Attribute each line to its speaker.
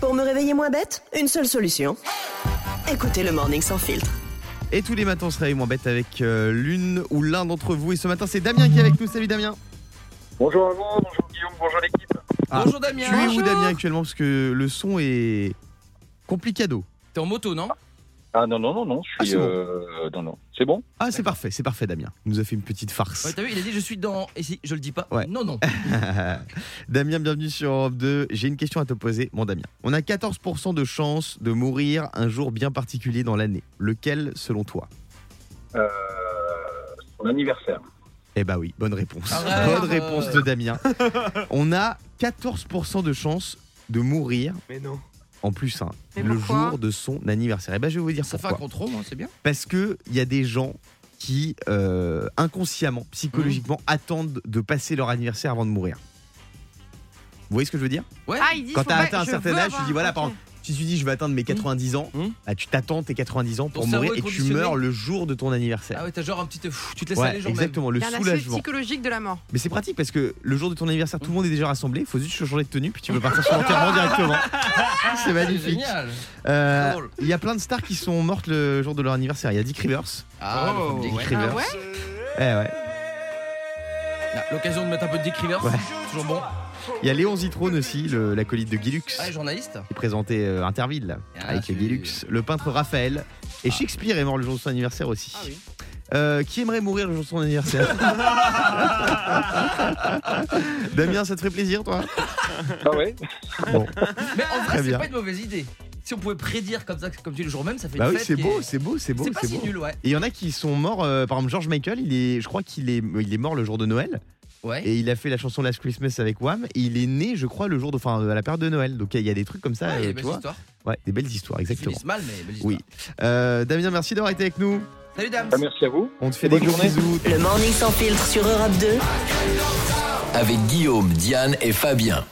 Speaker 1: Pour me réveiller moins bête, une seule solution. Écoutez le Morning Sans Filtre.
Speaker 2: Et tous les matins, on se réveille moins bête avec euh, l'une ou l'un d'entre vous. Et ce matin, c'est Damien qui est avec nous. Salut Damien.
Speaker 3: Bonjour à vous, bonjour Guillaume, bonjour l'équipe.
Speaker 2: Ah,
Speaker 4: Bonjour
Speaker 2: Tu
Speaker 4: Damien.
Speaker 2: es où Damien actuellement Parce que le son est complicado.
Speaker 4: T'es en moto, non
Speaker 3: Ah non, non, non, non, je
Speaker 2: Ah,
Speaker 3: suis.
Speaker 2: c'est bon.
Speaker 3: euh, non, non, c'est bon
Speaker 2: Ah, c'est parfait, c'est parfait Damien. Il nous a fait une petite farce.
Speaker 4: Ouais, T'as vu, il a dit je suis dans. Et si, je le dis pas.
Speaker 2: Ouais. Ah,
Speaker 4: Non, non.
Speaker 2: Damien, bienvenue sur Europe 2. J'ai une question à te poser, mon Damien. On a 14% de chances de mourir un jour bien particulier dans l'année. Lequel, selon toi
Speaker 3: euh, Son anniversaire.
Speaker 2: Eh bah oui, bonne réponse.
Speaker 5: Ah,
Speaker 4: Arrête.
Speaker 2: bonne réponse de Damien. On a 14% de chances de mourir.
Speaker 6: Mais non.
Speaker 2: En plus, hein,
Speaker 5: Mais
Speaker 2: le
Speaker 5: pourquoi
Speaker 2: jour de son anniversaire. Eh ben, je vais vous dire
Speaker 4: Ça fait un
Speaker 2: pourquoi.
Speaker 4: contrôle, hein, c'est bien.
Speaker 2: Parce que il y a des gens qui euh, inconsciemment, psychologiquement,
Speaker 5: Mhm.
Speaker 2: attendent de passer leur anniversaire avant de mourir. Vous voyez ce que je veux dire
Speaker 4: Ouais.
Speaker 5: Ah, il dit
Speaker 2: Quand
Speaker 5: je
Speaker 2: t'as
Speaker 5: veux
Speaker 2: atteint
Speaker 5: pas-
Speaker 2: un
Speaker 5: je
Speaker 2: certain
Speaker 5: veux
Speaker 2: âge, tu
Speaker 5: avoir-
Speaker 2: dis, voilà,
Speaker 5: ok. Mhm.
Speaker 2: par Si tu dis je vais atteindre mes 90 ans,
Speaker 4: Mmh.
Speaker 2: bah, tu t'attends tes 90 ans pour
Speaker 4: Ton
Speaker 2: mourir
Speaker 4: cerveau est
Speaker 2: et tu
Speaker 4: conditionné.
Speaker 2: meurs le jour de ton anniversaire.
Speaker 4: Ah ouais, t'as genre un petit. pff, tu te laisses
Speaker 2: Ouais,
Speaker 4: aller, genre. même. Ah,
Speaker 2: exactement, le
Speaker 5: Il y a un aspect
Speaker 2: soulagement.
Speaker 5: psychologique de la mort.
Speaker 2: Mais c'est pratique parce que le jour de ton anniversaire,
Speaker 4: Mmh.
Speaker 2: tout le monde est déjà rassemblé. Faut juste changer de tenue, puis tu peux partir sur l'enterrement directement. C'est
Speaker 4: C'est
Speaker 2: magnifique.
Speaker 4: génial.
Speaker 2: Euh,
Speaker 4: drôle.
Speaker 2: Il y a plein de stars qui sont mortes le jour de leur anniversaire. Il y a Dick Rivers.
Speaker 4: Ah, le
Speaker 6: Oh,
Speaker 4: fameux Dick
Speaker 2: ouais.
Speaker 4: Rivers.
Speaker 5: Ah ouais
Speaker 2: Eh ouais.
Speaker 4: Ah, L'occasion de mettre un peu de Dick Rivers.
Speaker 2: Ouais.
Speaker 4: Toujours bon.
Speaker 2: Il y a Léon Zitrone aussi, le- l'acolyte de Guilux,
Speaker 4: Ah,
Speaker 2: qui
Speaker 4: journaliste.
Speaker 2: présentait euh, Interville
Speaker 4: Ah,
Speaker 2: avec
Speaker 4: celui-
Speaker 2: Guilux. Le peintre Raphaël. Et Shakespeare est mort le jour de son anniversaire aussi.
Speaker 4: Ah oui.
Speaker 2: Euh, qui aimerait mourir le jour de son anniversaire Damien, ça te ferait plaisir, toi
Speaker 3: Ah ouais
Speaker 2: Bon,
Speaker 4: Mais
Speaker 2: Très
Speaker 4: en vrai, Ah, c'est
Speaker 2: bien.
Speaker 4: pas une mauvaise idée. Si on pouvait prédire comme ça, comme tu dis le jour même, ça fait
Speaker 2: bah
Speaker 4: une
Speaker 2: oui,
Speaker 4: fête
Speaker 2: c'est
Speaker 4: qui
Speaker 2: beau,
Speaker 4: est-
Speaker 2: c'est beau, c'est beau,
Speaker 4: C'est pas
Speaker 2: c'est
Speaker 4: si
Speaker 2: beau.
Speaker 4: nul, ouais.
Speaker 2: Et il y en a qui sont morts, euh, par exemple George Michael, il est, je crois qu'il est, il est mort le jour de Noël
Speaker 4: Ouais.
Speaker 2: et il a fait la chanson Last Christmas avec Wham. Et il est né, je crois, le jour de, enfin, euh, à la période de Noël. Donc il y a des trucs comme ça,
Speaker 4: Ah, il
Speaker 2: euh,
Speaker 4: y a des
Speaker 2: tu
Speaker 4: belles
Speaker 2: vois.
Speaker 4: histoires.
Speaker 2: Ouais, des belles histoires,
Speaker 4: Ils
Speaker 2: exactement.
Speaker 4: finissent mal, mais belles histoires.
Speaker 2: Oui. Euh, Damien, merci d'avoir été avec nous.
Speaker 4: Salut, dame.
Speaker 3: Ah, Merci à vous.
Speaker 2: On te fait
Speaker 3: Bonne
Speaker 2: des gros
Speaker 3: journée.
Speaker 2: bisous.
Speaker 1: Le Morning Sans Filtre sur Europe 2.
Speaker 7: Avec Guillaume, Diane et Fabien.